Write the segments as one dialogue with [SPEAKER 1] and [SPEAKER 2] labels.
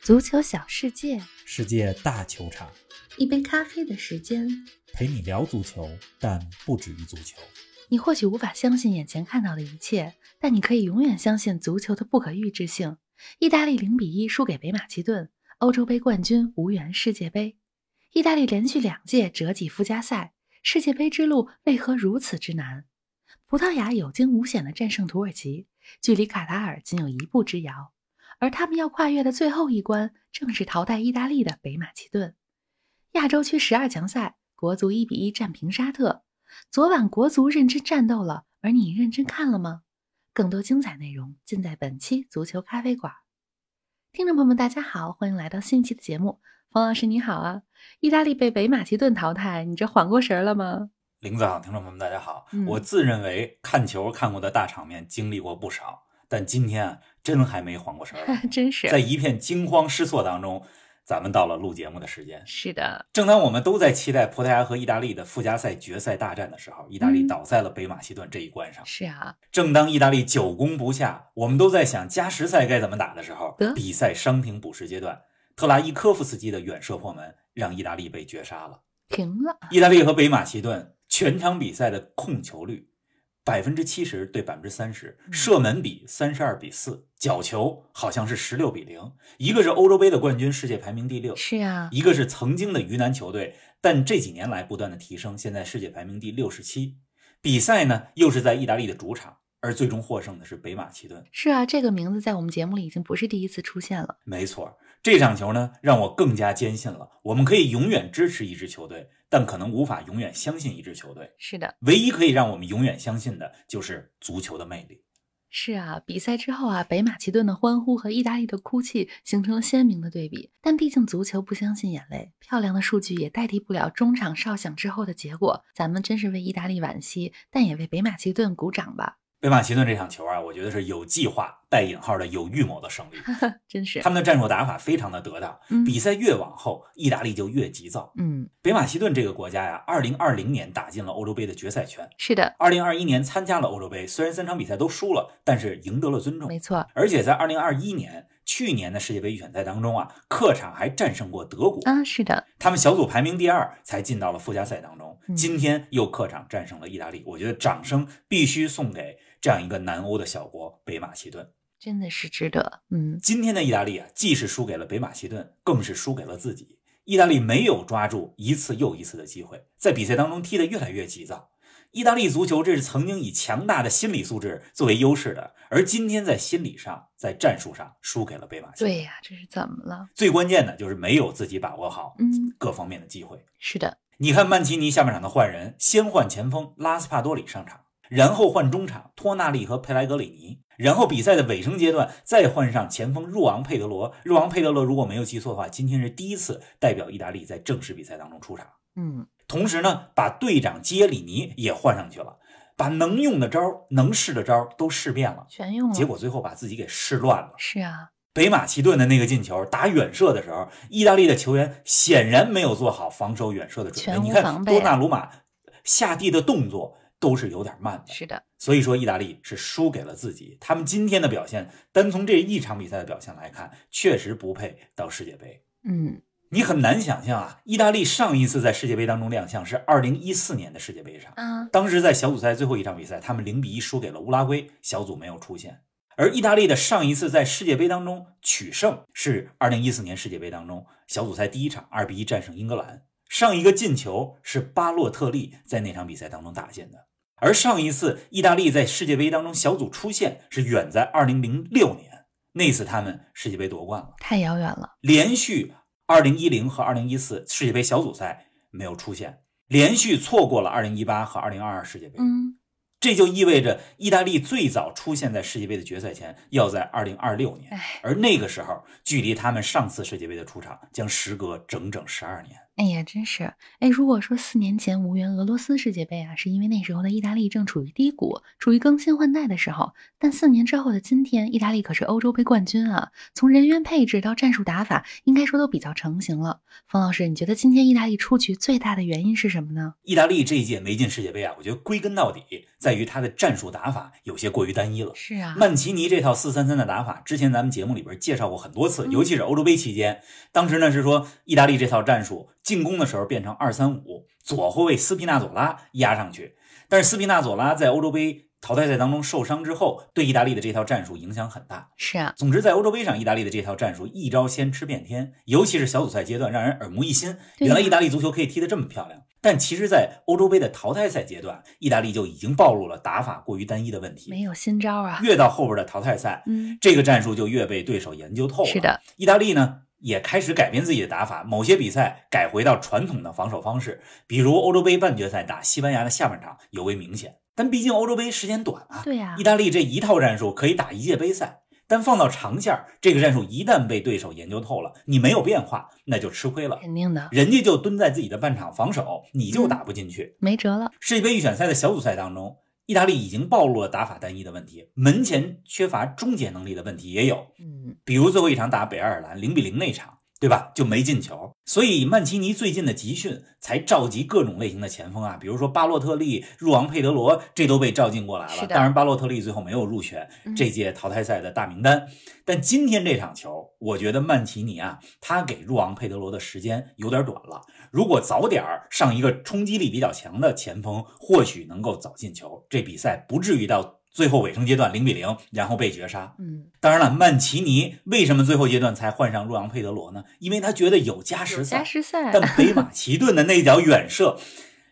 [SPEAKER 1] 足球小世界，
[SPEAKER 2] 世界大球场，
[SPEAKER 1] 一杯咖啡的时间，
[SPEAKER 2] 陪你聊足球，但不止于足球。
[SPEAKER 1] 你或许无法相信眼前看到的一切，但你可以永远相信足球的不可预知性。意大利零比一输给北马其顿，欧洲杯冠军无缘世界杯。意大利连续两届折戟附加赛，世界杯之路为何如此之难？葡萄牙有惊无险的战胜土耳其，距离卡塔尔仅有一步之遥。而他们要跨越的最后一关，正是淘汰意大利的北马其顿。亚洲区十二强赛，国足一比一战平沙特。昨晚国足认真战斗了，而你认真看了吗？更多精彩内容尽在本期足球咖啡馆。听众朋友们，大家好，欢迎来到新一期的节目。冯老师你好啊！意大利被北马其顿淘汰，你这缓过神儿了吗？
[SPEAKER 2] 林子好，啊听众朋友们，大家好。
[SPEAKER 1] 嗯
[SPEAKER 2] 我自认为看球看过的大场面经历过不少，但今天啊，真还没缓过神儿来。
[SPEAKER 1] 真 是
[SPEAKER 2] 在一片惊慌失措当中，咱们到了录节目的时间。
[SPEAKER 1] 是的，
[SPEAKER 2] 正当我们都在期待葡萄牙和意大利的附加赛决赛大战的时候，意大利
[SPEAKER 1] 嗯
[SPEAKER 2] 倒在了北马其顿这一关上。
[SPEAKER 1] 是啊，
[SPEAKER 2] 正当意大利久攻不下，我们都在想加时赛该怎么打的时候
[SPEAKER 1] 得，
[SPEAKER 2] 比赛伤停补时阶段，特拉伊科夫斯基的远射破门让意大利被绝杀了。
[SPEAKER 1] 平了，
[SPEAKER 2] 意大利和北马其顿全场比赛的控球率百分之七十对百分之三十，
[SPEAKER 1] 嗯
[SPEAKER 2] 射门比三十二比四，角球好像是十六比零。一个是欧洲杯的冠军，世界排名第六；
[SPEAKER 1] 是啊，
[SPEAKER 2] 一个是曾经的鱼腩球队，但这几年来不断的提升，现在世界排名第六十七。比赛呢又是在意大利的主场，而最终获胜的是北马其顿。
[SPEAKER 1] 是啊，这个名字在我们节目里已经不是第一次出现了。
[SPEAKER 2] 没错，这场球呢，让我更加坚信了，我们可以永远支持一支球队，但可能无法永远相信一支球队。
[SPEAKER 1] 是的，
[SPEAKER 2] 唯一可以让我们永远相信的就是足球的魅力。
[SPEAKER 1] 是啊，比赛之后啊，北马其顿的欢呼和意大利的哭泣形成了鲜明的对比。但毕竟足球不相信眼泪，漂亮的数据也代替不了中场哨响之后的结果。咱们真是为意大利惋惜，但也为北马其顿鼓掌吧。
[SPEAKER 2] 北马其顿这场球啊，我觉得是有计划带引号的有预谋的胜利。
[SPEAKER 1] 真是
[SPEAKER 2] 他，们的战术打法非常的得当，
[SPEAKER 1] 嗯
[SPEAKER 2] 比赛越往后，意大利就越急躁。
[SPEAKER 1] 嗯，
[SPEAKER 2] 北马其顿这个国家呀，二零二零年打进了欧洲杯的决赛圈，
[SPEAKER 1] 是的，
[SPEAKER 2] 二零二一年参加了欧洲杯，虽然三场比赛都输了，但是赢得了尊重
[SPEAKER 1] 没。错
[SPEAKER 2] 而且在二零二一年去年的世界杯预选赛当中啊，客场还战胜过德国。
[SPEAKER 1] 啊，是的，
[SPEAKER 2] 他们小组排名第二，才进到了附加赛当中
[SPEAKER 1] 嗯。
[SPEAKER 2] 今天又客场战胜了意大利，我觉得掌声必须送给这样一个南欧的小国北马其顿。
[SPEAKER 1] 真的是值得。嗯，
[SPEAKER 2] 今天的意大利啊，既是输给了北马其顿，更是输给了自己。意大利没有抓住一次又一次的机会，在比赛当中踢得越来越急躁。意大利足球这是曾经以强大的心理素质作为优势的，而今天在心理上、在战术上输给了北马其顿。
[SPEAKER 1] 对呀、这是怎么了？
[SPEAKER 2] 最关键的就是没有自己把握好
[SPEAKER 1] 嗯，
[SPEAKER 2] 各方面的机会。
[SPEAKER 1] 是的，
[SPEAKER 2] 你看曼奇尼下半场的换人，先换前锋拉斯帕多里上场，然后换中场托纳利和佩莱格里尼，然后比赛的尾声阶段再换上前锋若昂佩德罗。若昂佩德罗如果没有记错的话，今天是第一次代表意大利在正式比赛当中出场。
[SPEAKER 1] 嗯，
[SPEAKER 2] 同时呢，把队长基耶里尼也换上去了，把能用的招儿、能试的招儿都试遍了，
[SPEAKER 1] 全用了。
[SPEAKER 2] 结果最后把自己给试乱了。
[SPEAKER 1] 是啊，
[SPEAKER 2] 北马其顿的那个进球打远射的时候，意大利的球员显然没有做好防守远射的准
[SPEAKER 1] 全
[SPEAKER 2] 备。
[SPEAKER 1] 无
[SPEAKER 2] 你
[SPEAKER 1] 防
[SPEAKER 2] 看
[SPEAKER 1] 备
[SPEAKER 2] 多纳鲁马下地的动作都是有点慢的，
[SPEAKER 1] 是的，
[SPEAKER 2] 所以说意大利是输给了自己。他们今天的表现，单从这一场比赛的表现来看，确实不配到世界杯。
[SPEAKER 1] 嗯，
[SPEAKER 2] 你很难想象啊，意大利上一次在世界杯当中亮相是二零一四年的世界杯上。
[SPEAKER 1] 啊，
[SPEAKER 2] 当时在小组赛最后一场比赛，他们零比一输给了乌拉圭，小组没有出现。而意大利的上一次在世界杯当中取胜是二零一四年世界杯当中小组赛第一场二比一战胜英格兰，上一个进球是巴洛特利在那场比赛当中打进的。而上一次意大利在世界杯当中小组出现是远在二零零六年，那次他们世界杯夺冠了，
[SPEAKER 1] 太遥远了。
[SPEAKER 2] 连续二零一零和二零一四世界杯小组赛没有出现，连续错过了二零一八和二零二二世界杯。
[SPEAKER 1] 嗯，
[SPEAKER 2] 这就意味着意大利最早出现在世界杯的决赛前，要在二零二六年，
[SPEAKER 1] 哎，
[SPEAKER 2] 而那个时候距离他们上次世界杯的出场将时隔整整十二年。
[SPEAKER 1] 哎呀，真是哎！如果说四年前无缘俄罗斯世界杯啊，是因为那时候的意大利正处于低谷，处于更新换代的时候；但四年之后的今天，意大利可是欧洲杯冠军啊！从人员配置到战术打法，应该说都比较成型了。方老师，你觉得今天意大利出局最大的原因是什么呢？
[SPEAKER 2] 意大利这一届没进世界杯啊，我觉得归根到底在于他的战术打法有些过于单一了。
[SPEAKER 1] 是啊，
[SPEAKER 2] 曼奇尼这套四三三的打法，之前咱们节目里边介绍过很多次，
[SPEAKER 1] 嗯
[SPEAKER 2] 尤其是欧洲杯期间，当时呢是说意大利这套战术进攻的时候变成二三五，左后卫斯皮纳佐拉压上去，但是斯皮纳佐拉在欧洲杯淘汰赛当中受伤之后，对意大利的这套战术影响很大。
[SPEAKER 1] 是啊，
[SPEAKER 2] 总之，在欧洲杯上，意大利的这套战术一招先吃遍天，尤其是小组赛阶段，让人耳目一新。
[SPEAKER 1] 对呀
[SPEAKER 2] 原来意大利足球可以踢得这么漂亮，但其实，在欧洲杯的淘汰赛阶段，意大利就已经暴露了打法过于单一的问
[SPEAKER 1] 没
[SPEAKER 2] 题。
[SPEAKER 1] 有新招啊。
[SPEAKER 2] 越到后边的淘汰赛，
[SPEAKER 1] 嗯，
[SPEAKER 2] 这个战术就越被对手研究透了。啊
[SPEAKER 1] 是，的，
[SPEAKER 2] 意大利呢也开始改变自己的打法，某些比赛改回到传统的防守方式，比如欧洲杯半决赛打西班牙的下半场尤为明显。但毕竟欧洲杯时间短啊，
[SPEAKER 1] 对呀、
[SPEAKER 2] 意大利这一套战术可以打一届杯赛，但放到长线儿，这个战术一旦被对手研究透了，你没有变化，那就吃亏了。
[SPEAKER 1] 肯定的，嗯
[SPEAKER 2] 人家就蹲在自己的半场防守，你就打不进去。
[SPEAKER 1] 没辙了。
[SPEAKER 2] 世界杯预选赛的小组赛当中，意大利已经暴露了打法单一的问题，门前缺乏终结能力的问题也有。
[SPEAKER 1] 嗯，
[SPEAKER 2] 比如最后一场打北爱尔兰零比零那场，对吧？就没进球。所以曼奇尼最近的集训才召集各种类型的前锋啊，比如说巴洛特利、入昂佩德罗，这都被召进过来
[SPEAKER 1] 是
[SPEAKER 2] 了。
[SPEAKER 1] 的
[SPEAKER 2] 当然，巴洛特利最后没有入选
[SPEAKER 1] 嗯
[SPEAKER 2] 这届淘汰赛的大名单。但今天这场球，我觉得曼奇尼啊，他给入昂佩德罗的时间有点短了。如果早点儿上一个冲击力比较强的前锋，或许能够早进球，这比赛不至于到最后尾声阶段零比零，然后被绝杀。
[SPEAKER 1] 嗯，
[SPEAKER 2] 当然了，曼奇尼为什么最后阶段才换上洛昂佩德罗呢？因为他觉得有加时
[SPEAKER 1] 有
[SPEAKER 2] 赛
[SPEAKER 1] 加，时赛
[SPEAKER 2] 但北马其顿的那脚远射，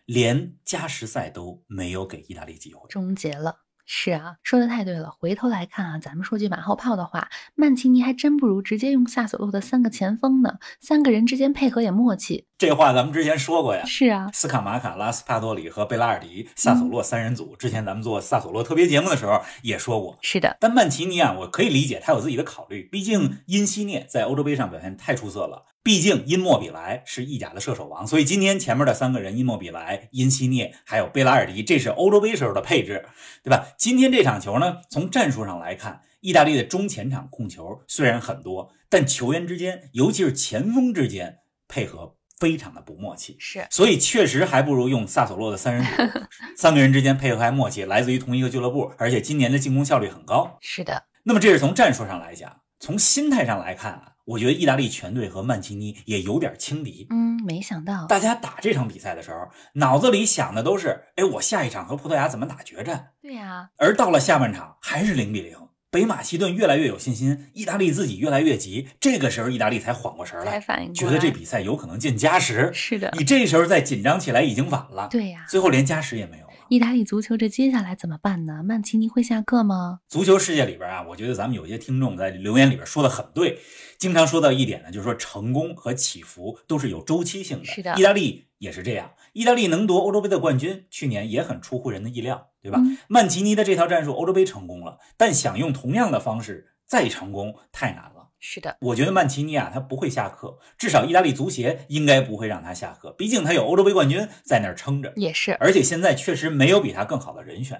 [SPEAKER 2] 连加时赛都没有给意大利机会。
[SPEAKER 1] 终结了。是啊，说的太对了。回头来看啊，咱们说句马后炮的话，曼奇尼还真不如直接用下索路的三个前锋呢，三个人之间配合也默契。
[SPEAKER 2] 这话咱们之前说过呀。
[SPEAKER 1] 是啊，
[SPEAKER 2] 斯卡马卡、拉斯帕多里和贝拉尔迪、萨索洛三人组，之前咱们做萨索洛特别节目的时候也说过。
[SPEAKER 1] 是的，
[SPEAKER 2] 但曼奇尼啊，我可以理解他有自己的考虑，毕竟因西涅在欧洲杯上表现太出色了。毕竟因莫比莱是意甲的射手王，所以今天前面的三个人，因莫比莱、因西涅还有贝拉尔迪，这是欧洲杯时候的配置，对吧？今天这场球呢，从战术上来看，意大利的中前场控球虽然很多，但球员之间，尤其是前锋之间配合非常的不默契。
[SPEAKER 1] 是
[SPEAKER 2] 所以确实还不如用萨索洛的三人组，三个人之间配合还默契，来自于同一个俱乐部，而且今年的进攻效率很高。
[SPEAKER 1] 是的，
[SPEAKER 2] 那么这是从战术上来讲，从心态上来看啊，我觉得意大利全队和曼奇尼也有点轻敌。
[SPEAKER 1] 嗯，没想到，
[SPEAKER 2] 大家打这场比赛的时候，脑子里想的都是，哎，我下一场和葡萄牙怎么打决战？
[SPEAKER 1] 对呀、
[SPEAKER 2] 而到了下半场还是零比零，北马其顿越来越有信心，意大利自己越来越急，这个时候意大利才缓过神儿
[SPEAKER 1] 才
[SPEAKER 2] 来，
[SPEAKER 1] 反应过
[SPEAKER 2] 觉
[SPEAKER 1] 来，
[SPEAKER 2] 得这比赛有可能进加时。
[SPEAKER 1] 是的，
[SPEAKER 2] 你这时候再紧张起来已经晚了，
[SPEAKER 1] 对呀、
[SPEAKER 2] 最后连加时也没有了。
[SPEAKER 1] 意大利足球这接下来怎么办呢？曼奇尼会下课吗？
[SPEAKER 2] 足球世界里边啊，我觉得咱们有些听众在留言里边说的很对，经常说到一点呢，就是说成功和起伏都是有周期性的。
[SPEAKER 1] 是的
[SPEAKER 2] 意大利也是这样，意大利能夺欧洲杯的冠军，去年也很出乎人的意料，对吧？
[SPEAKER 1] 嗯
[SPEAKER 2] 曼奇尼的这套战术欧洲杯成功了，但想用同样的方式再成功太难了。
[SPEAKER 1] 是的，
[SPEAKER 2] 我觉得曼奇尼啊，他不会下课，至少意大利足协应该不会让他下课，毕竟他有欧洲杯冠军在那儿撑着。
[SPEAKER 1] 也是，
[SPEAKER 2] 而且现在确实没有比他更好的人选。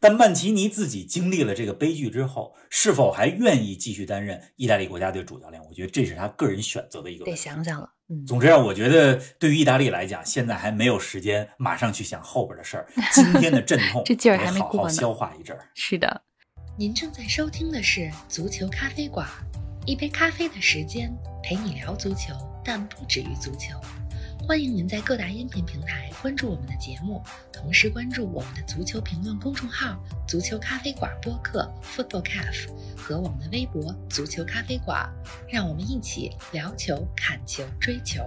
[SPEAKER 2] 但曼奇尼自己经历了这个悲剧之后，是否还愿意继续担任意大利国家队主教练？我觉得这是他个人选择的一个
[SPEAKER 1] 得
[SPEAKER 2] 问题。
[SPEAKER 1] 想想了。嗯，，
[SPEAKER 2] 总之啊，我觉得对于意大利来讲，现在还没有时间马上去想后边的事儿。今天的阵 痛
[SPEAKER 1] 这劲儿还没
[SPEAKER 2] 得好
[SPEAKER 1] 过
[SPEAKER 2] 好
[SPEAKER 1] 呢
[SPEAKER 2] 消化一阵儿。
[SPEAKER 1] 是的。您正在收听的是《足球咖啡馆》，一杯咖啡的时间陪你聊足球，但不止于足球。欢迎您在各大音频平台关注我们的节目，同时关注我们的足球评论公众号“足球咖啡馆播客 ”（Football Cafe） 和我们的微博“足球咖啡馆”，让我们一起聊球、看球、追球。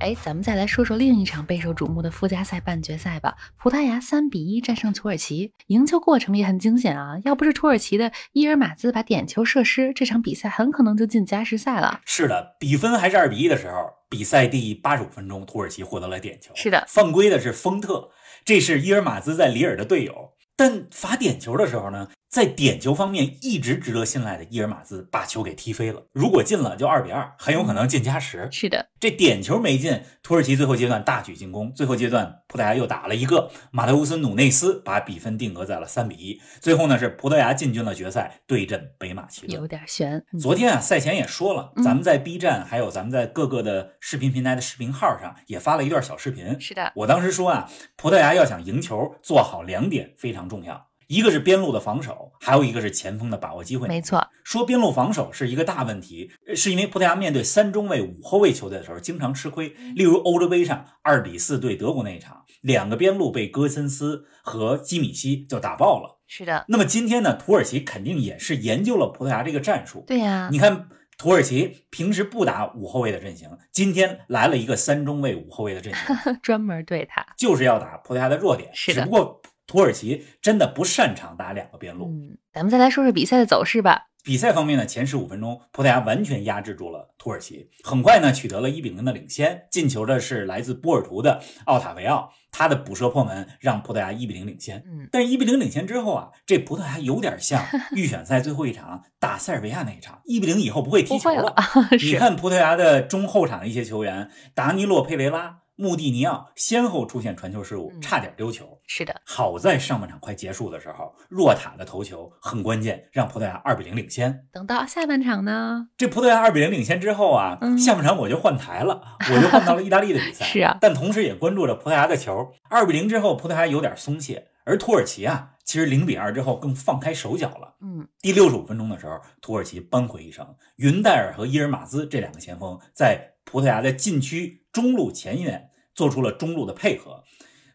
[SPEAKER 1] 哎，咱们再来说说另一场备受瞩目的附加赛半决赛吧。葡萄牙三比一战胜土耳其，赢球过程也很惊险啊！要不是土耳其的伊尔马兹把点球射失，这场比赛很可能就进加时赛了。
[SPEAKER 2] 是的，比分还是二比一的时候，比赛第八十五分钟，土耳其获得了点球。
[SPEAKER 1] 是的
[SPEAKER 2] 犯规的是丰特，这是伊尔马兹在里尔的队友。但罚点球的时候呢，在点球方面一直值得信赖的伊尔马兹把球给踢飞了，如果进了就二比二，很有可能进加时。
[SPEAKER 1] 是的，
[SPEAKER 2] 这点球没进，土耳其最后阶段大举进攻，最后阶段葡萄牙又打了一个，马特乌斯努内斯把比分定格在了三比一。最后呢是葡萄牙进军了决赛，对阵北马其顿。
[SPEAKER 1] 有点悬。嗯
[SPEAKER 2] 昨天啊，赛前也说了，
[SPEAKER 1] 嗯
[SPEAKER 2] 咱们在 B 站还有咱们在各个的视频平台的视频号上也发了一段小视频。
[SPEAKER 1] 是的，
[SPEAKER 2] 我当时说啊，葡萄牙要想赢球，做好两点非常重要，一个是边路的防守，还有一个是前锋的把握机会。
[SPEAKER 1] 没错，
[SPEAKER 2] 说边路防守是一个大问题，呃是因为葡萄牙面对三中卫、五后卫球队的时候经常吃亏。
[SPEAKER 1] 嗯
[SPEAKER 2] 例如欧洲杯上二比四对德国那一场，两个边路被戈森斯和基米希就打爆了。
[SPEAKER 1] 是的，
[SPEAKER 2] 那么今天呢，土耳其肯定也是研究了葡萄牙这个战术，
[SPEAKER 1] 对呀、
[SPEAKER 2] 你看土耳其平时不打五后卫的阵型，今天来了一个三中卫五后卫的阵型，
[SPEAKER 1] 专门对他。
[SPEAKER 2] 就是要打葡萄牙的弱点。
[SPEAKER 1] 是的
[SPEAKER 2] 只不过土耳其真的不擅长打两个边路。
[SPEAKER 1] 嗯，咱们再来说说比赛的走势吧。
[SPEAKER 2] 比赛方面呢，前十五分钟，葡萄牙完全压制住了土耳其，很快呢取得了一比零的领先。进球的是来自波尔图的奥塔维奥，他的补射破门让葡萄牙一比零领先。
[SPEAKER 1] 嗯，
[SPEAKER 2] 但是，一比零领先之后啊，这葡萄牙有点像预选赛最后一场打塞尔维亚那一场，一比零以后不会踢
[SPEAKER 1] 不
[SPEAKER 2] 球
[SPEAKER 1] 会
[SPEAKER 2] 了
[SPEAKER 1] 了，，
[SPEAKER 2] 你
[SPEAKER 1] 是
[SPEAKER 2] 看葡萄牙的中后场的一些球员，达尼洛·佩雷拉、穆蒂尼奥先后出现传球失误，
[SPEAKER 1] 嗯
[SPEAKER 2] 差点丢球。
[SPEAKER 1] 是的，
[SPEAKER 2] 好在上半场快结束的时候，若塔的头球很关键，让葡萄牙二比零领先。
[SPEAKER 1] 等到下半场呢，
[SPEAKER 2] 这葡萄牙二比零领先之后啊，
[SPEAKER 1] 嗯
[SPEAKER 2] 下半场我就换台了，我就换到了意大利的比赛。
[SPEAKER 1] 是啊
[SPEAKER 2] 但同时也关注着葡萄牙的球。二比零之后，葡萄牙有点松懈，而土耳其啊，其实零比二之后更放开手脚了。
[SPEAKER 1] 嗯，
[SPEAKER 2] 第六十五分钟的时候，土耳其扳回一城，云代尔和伊尔马兹这两个前锋在葡萄牙的禁区中路前沿做出了中路的配合，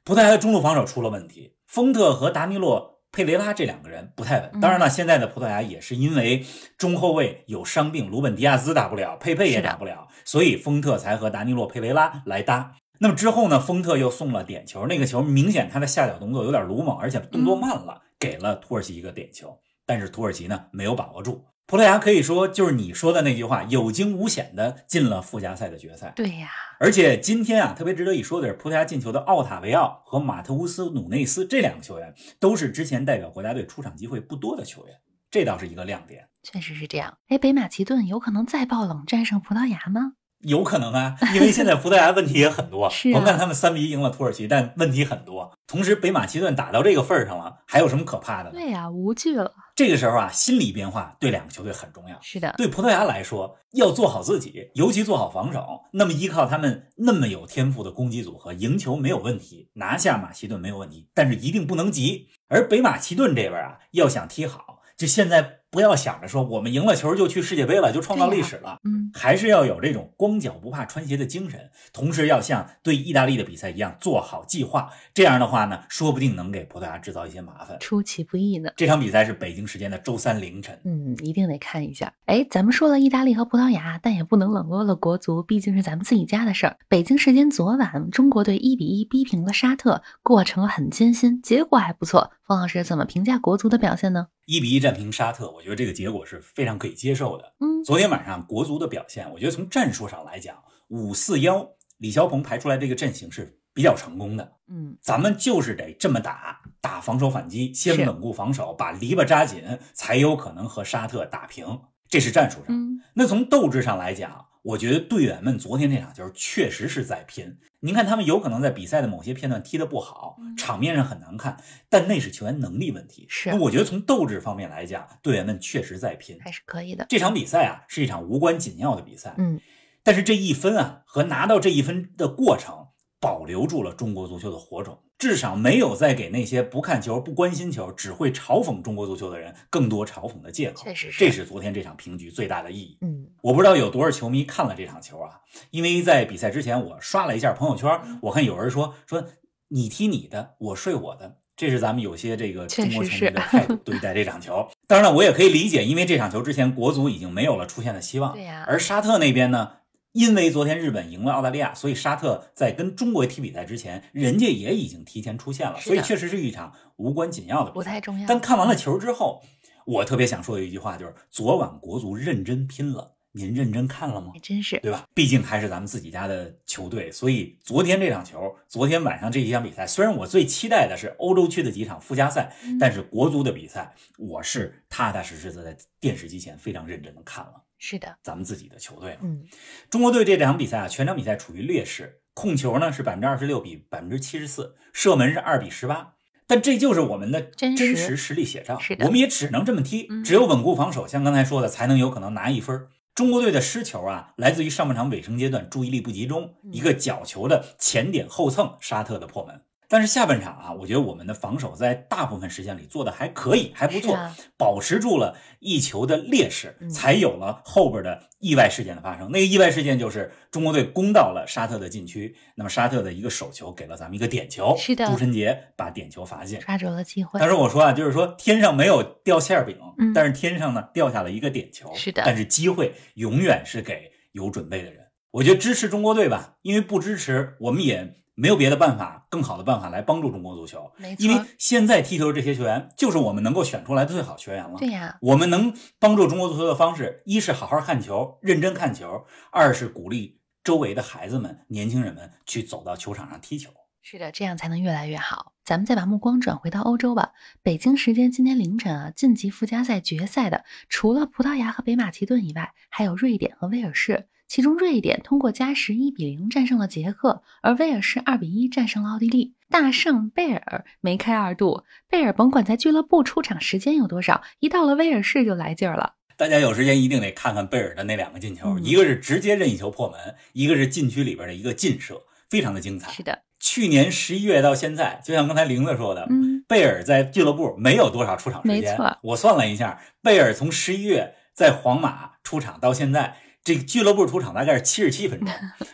[SPEAKER 2] 葡萄牙的中路防守出了问题，丰特和达尼洛。佩雷拉这两个人不太稳，
[SPEAKER 1] 嗯
[SPEAKER 2] 当然了，现在的葡萄牙也是因为中后卫有伤病，鲁本迪亚兹打不了，佩佩也
[SPEAKER 1] 是的
[SPEAKER 2] 打不了，所以丰特才和达尼洛佩雷拉来搭。那么之后呢，丰特又送了点球，那个球明显他的下脚动作有点鲁猛，而且动作慢
[SPEAKER 1] 嗯
[SPEAKER 2] 了，给了土耳其一个点球。但是土耳其呢没有把握住，葡萄牙可以说就是你说的那句话，有惊无险的进了附加赛的决赛。
[SPEAKER 1] 对呀、
[SPEAKER 2] 而且今天啊，特别值得一说的是，葡萄牙进球的奥塔维奥和马特乌斯努内斯这两个球员，都是之前代表国家队出场机会不多的球员，这倒是一个亮点。
[SPEAKER 1] 确实是这样。哎，北马其顿有可能再爆冷战胜葡萄牙吗？
[SPEAKER 2] 有可能啊，因为现在葡萄牙问题也很 多。
[SPEAKER 1] 是啊
[SPEAKER 2] 甭看他们三比一赢了土耳其，但问题很多。同时，北马其顿打到这个份儿上了，还有什么可怕的呢？
[SPEAKER 1] 对呀、无惧了。
[SPEAKER 2] 这个时候啊，心理变化对两个球队很重要。
[SPEAKER 1] 是的，
[SPEAKER 2] 对葡萄牙来说，要做好自己，尤其做好防守。那么依靠他们那么有天赋的攻击组合，赢球没有问题，拿下马其顿没有问题，但是一定不能急。而北马其顿这边啊，要想踢好，就现在不要想着说我们赢了球就去世界杯了，就创造历史了。
[SPEAKER 1] 嗯，
[SPEAKER 2] 还是要有这种光脚不怕穿鞋的精神，同时要像对意大利的比赛一样做好计划。这样的话呢，说不定能给葡萄牙制造一些麻烦。
[SPEAKER 1] 出其不意呢。
[SPEAKER 2] 这场比赛是北京时间的周三凌晨。
[SPEAKER 1] 嗯，一定得看一下。哎，咱们说了意大利和葡萄牙，但也不能冷落了国足，毕竟是咱们自己家的事儿。北京时间昨晚，中国队一比一逼平了沙特，过程很艰辛，结果还不错。方老师怎么评价国足的表现呢？
[SPEAKER 2] 一比一战平沙特，我觉得这个结果是非常可以接受的。
[SPEAKER 1] 嗯，
[SPEAKER 2] 昨天晚上国足的表现，我觉得从战术上来讲，五四幺李霄鹏排出来这个阵型是比较成功的。
[SPEAKER 1] 嗯，
[SPEAKER 2] 咱们就是得这么打，打防守反击，先
[SPEAKER 1] 是
[SPEAKER 2] 稳固防守，把篱笆扎紧，才有可能和沙特打平。这是战术上。
[SPEAKER 1] 嗯，
[SPEAKER 2] 那从斗志上来讲，我觉得队员们昨天这场球确实是在拼。您看，他们有可能在比赛的某些片段踢得不好，
[SPEAKER 1] 嗯
[SPEAKER 2] 场面上很难看，但那是球员能力问题。
[SPEAKER 1] 是
[SPEAKER 2] 那我觉得从斗志方面来讲，队员们确实在拼。
[SPEAKER 1] 还是可以的。
[SPEAKER 2] 这场比赛啊，是一场无关紧要的比赛，
[SPEAKER 1] 嗯，
[SPEAKER 2] 但是这一分啊和拿到这一分的过程，保留住了中国足球的火种，至少没有再给那些不看球、不关心球、只会嘲讽中国足球的人更多嘲讽的借口。
[SPEAKER 1] 确实是
[SPEAKER 2] 这是昨天这场平局最大的意义。
[SPEAKER 1] 嗯，
[SPEAKER 2] 我不知道有多少球迷看了这场球啊，因为在比赛之前我刷了一下朋友
[SPEAKER 1] 嗯
[SPEAKER 2] 圈，我看有人说说你踢你的，我睡我的，这是咱们有些这个中国
[SPEAKER 1] 确实
[SPEAKER 2] 球迷
[SPEAKER 1] 是
[SPEAKER 2] 的 态度对待这场球。当然了，我也可以理解，因为这场球之前国足已经没有了出现的希望
[SPEAKER 1] 对，啊呀、
[SPEAKER 2] 啊而沙特那边呢，因为昨天日本赢了澳大利亚，所以沙特在跟中国踢比赛之前，人家也已经提前出现了，
[SPEAKER 1] 是的
[SPEAKER 2] 所以确实是一场无关紧要的比
[SPEAKER 1] 不
[SPEAKER 2] 赛
[SPEAKER 1] 太。重要。
[SPEAKER 2] 但看完了球之后，我特别想说的一句话就是：昨晚国足认真拼了，您认真看了吗
[SPEAKER 1] 还？真是
[SPEAKER 2] 对吧？毕竟还是咱们自己家的球队，所以昨天这场球，昨天晚上这一场比赛，虽然我最期待的是欧洲区的几场附加赛，
[SPEAKER 1] 嗯
[SPEAKER 2] 但是国足的比赛，我是踏踏实实的在电视机前非常认真的看了
[SPEAKER 1] 是的，
[SPEAKER 2] 咱们自己的球队嘛。
[SPEAKER 1] 嗯，
[SPEAKER 2] 中国队这场比赛啊，全场比赛处于劣势，控球呢是百分之二十六比百分之七十四，射门是二比十八。但这就是我们的
[SPEAKER 1] 真
[SPEAKER 2] 真
[SPEAKER 1] 实
[SPEAKER 2] 实实力写照
[SPEAKER 1] 是，的
[SPEAKER 2] 我们也只能这么踢
[SPEAKER 1] 嗯，
[SPEAKER 2] 只有稳固防守，像刚才说的，才能有可能拿一分儿。中国队的失球啊，来自于上半场尾声阶段注意力不集中，
[SPEAKER 1] 嗯
[SPEAKER 2] 一个角球的前点后蹭沙特的破门。但是下半场啊，我觉得我们的防守在大部分时间里做的还可以，还不
[SPEAKER 1] 是
[SPEAKER 2] 错，
[SPEAKER 1] 啊
[SPEAKER 2] 保持住了一球的劣势
[SPEAKER 1] 嗯，
[SPEAKER 2] 才有了后边的意外事件的发生。那个意外事件就是中国队攻到了沙特的禁区，那么沙特的一个手球给了咱们一个点球，
[SPEAKER 1] 是的
[SPEAKER 2] 朱晨杰把点球罚进。
[SPEAKER 1] 抓住了机会
[SPEAKER 2] 当，时我说啊，就是说天上没有掉馅儿饼，
[SPEAKER 1] 嗯
[SPEAKER 2] 但是天上呢掉下了一个点球。
[SPEAKER 1] 是的
[SPEAKER 2] 但是机会永远是给有准备的人。我觉得支持中国队吧，因为不支持我们也没有别的办法，更好的办法来帮助中国足球。
[SPEAKER 1] 没错
[SPEAKER 2] 因，为现在踢球的这些球员，就是我们能够选出来的最好球员了。
[SPEAKER 1] 对呀，
[SPEAKER 2] 我们能帮助中国足球的方式，一是好好看球，认真看球；二是鼓励周围的孩子们、年轻人们去走到球场上踢球。
[SPEAKER 1] 是的，这样才能越来越好。咱们再把目光转回到欧洲吧。北京时间今天凌晨啊，晋级附加赛决赛的除了葡萄牙和北马其顿以外，还有瑞典和威尔士。其中，瑞典通过加时一比零战胜了捷克，而威尔士二比一战胜了奥地利。大圣贝尔梅开二度，贝尔甭管在俱乐部出场时间有多少，一到了威尔士就来劲儿了。
[SPEAKER 2] 大家有时间一定得看看贝尔的那两个进球，
[SPEAKER 1] 嗯
[SPEAKER 2] 一个是直接任意球破门，一个是禁区里边的一个劲射，非常的精彩
[SPEAKER 1] 是。的，
[SPEAKER 2] 去年十一月到现在，就像刚才玲子说的，
[SPEAKER 1] 嗯，
[SPEAKER 2] 贝尔在俱乐部没有多少出场时
[SPEAKER 1] 没
[SPEAKER 2] 间。
[SPEAKER 1] 错
[SPEAKER 2] 我算了一下，贝尔从十一月在皇马出场到现在，这个俱乐部出场大概是七十 七分钟，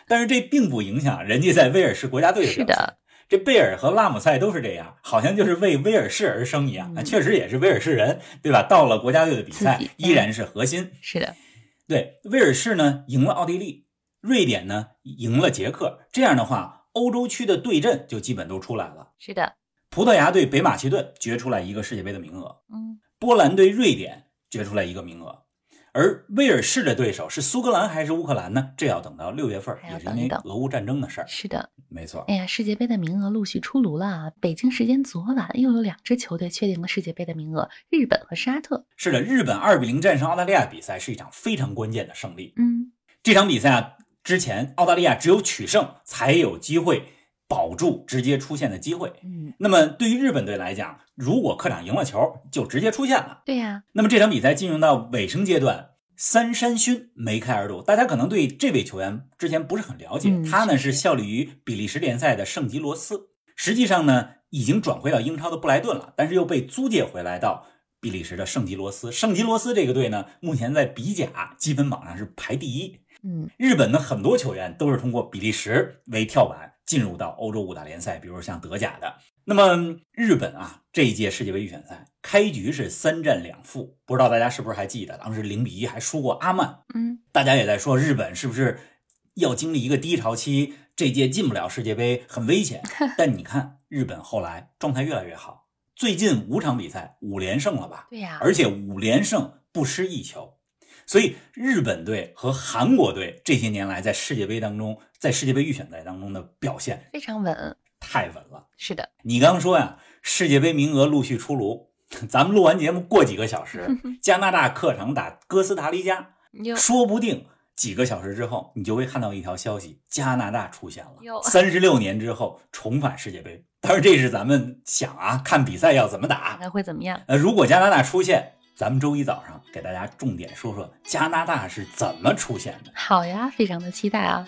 [SPEAKER 2] 但是这并不影响人家在威尔士国家队
[SPEAKER 1] 是
[SPEAKER 2] 表现
[SPEAKER 1] 的。
[SPEAKER 2] 这贝尔和拉姆塞都是这样，好像就是为威尔士而生一样。
[SPEAKER 1] 嗯
[SPEAKER 2] 确实也是威尔士人，对吧？到了国家队的比赛
[SPEAKER 1] 自己，
[SPEAKER 2] 依然是核心。
[SPEAKER 1] 是的，
[SPEAKER 2] 对，威尔士呢赢了奥地利，瑞典呢赢了捷克。这样的话，欧洲区的对阵就基本都出来了。
[SPEAKER 1] 是的，
[SPEAKER 2] 葡萄牙对北马其顿决出来一个世界杯的名额，
[SPEAKER 1] 嗯，
[SPEAKER 2] 波兰对瑞典决出来一个名额，而威尔士的对手是苏格兰还是乌克兰呢？这要等到六月份儿
[SPEAKER 1] 还，要
[SPEAKER 2] 也是
[SPEAKER 1] 等
[SPEAKER 2] 因为
[SPEAKER 1] 等
[SPEAKER 2] 俄乌战争的事儿。
[SPEAKER 1] 是的。
[SPEAKER 2] 没错，
[SPEAKER 1] 哎呀，世界杯的名额陆续出炉了啊！北京时间昨晚又有两支球队确定了世界杯的名额，日本和沙特。
[SPEAKER 2] 是的，日本二比零战胜澳大利亚比赛是一场非常关键的胜利。
[SPEAKER 1] 嗯，
[SPEAKER 2] 这场比赛啊，之前澳大利亚只有取胜才有机会保住直接出线的机会。
[SPEAKER 1] 嗯，
[SPEAKER 2] 那么对于日本队来讲，如果客场赢了球，就直接出线了。
[SPEAKER 1] 对呀、
[SPEAKER 2] 那么这场比赛进入到尾声阶段，三山勋梅开二度。大家可能对这位球员之前不是很了解，
[SPEAKER 1] 嗯
[SPEAKER 2] 他呢
[SPEAKER 1] 是
[SPEAKER 2] 是效力于比利时联赛的圣吉罗斯，实际上呢已经转会到英超的布莱顿了，但是又被租借回来到。比利时的圣吉罗斯，圣吉罗斯这个队呢，目前在比甲积分榜上是排第一。
[SPEAKER 1] 嗯，
[SPEAKER 2] 日本的很多球员都是通过比利时为跳板进入到欧洲五大联赛，比如像德甲的。那么日本啊，这一届世界杯预选赛开局是三战两负，不知道大家是不是还记得，当时零比一还输过阿曼。
[SPEAKER 1] 嗯，
[SPEAKER 2] 大家也在说日本是不是要经历一个低潮期，这届进不了世界杯很危险。但你看日本后来状态越来越好，最近五场比赛五连胜了吧？
[SPEAKER 1] 对呀、
[SPEAKER 2] 而且五连胜不失一球，所以日本队和韩国队这些年来在世界杯当中，在世界杯预选赛当中的表现
[SPEAKER 1] 非常稳。
[SPEAKER 2] 太稳了。
[SPEAKER 1] 是的，
[SPEAKER 2] 你刚说呀、世界杯名额陆续出炉，咱们录完节目过几个 小时，加拿大客场打哥斯达黎加，
[SPEAKER 1] 哟，
[SPEAKER 2] 说不定几个小时之后，你就会看到一条消息：加拿大出现
[SPEAKER 1] 哟
[SPEAKER 2] 了，三十六年之后重返世界杯。当然，这是咱们想啊，看比赛要怎 么打，
[SPEAKER 1] 那会怎么样？
[SPEAKER 2] 呃，如果加拿大出现，咱们周一早上给大家重点说说加拿大是怎么出现的。哎
[SPEAKER 1] 好呀，非常的期待啊！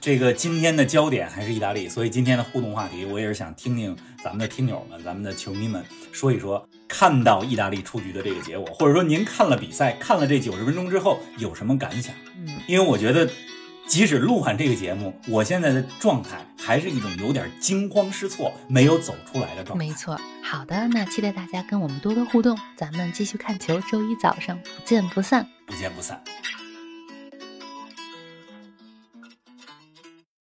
[SPEAKER 2] 这个今天的焦点还是意大利，所以今天的互动话题，我也是想听听咱们的听友们、咱们的球迷们说一说，看到意大利出局的这个结果，或者说您看了比赛、看了这九十分钟之后有什么感想？
[SPEAKER 1] 嗯，
[SPEAKER 2] 因为我觉得，即使录完这个节目，我现在的状态还是一种有点惊慌失措、没有走出来的状态。
[SPEAKER 1] 没错。好的，那期待大家跟我们多多互动，咱们继续看球，周一早上不见不散。
[SPEAKER 2] 不见不散。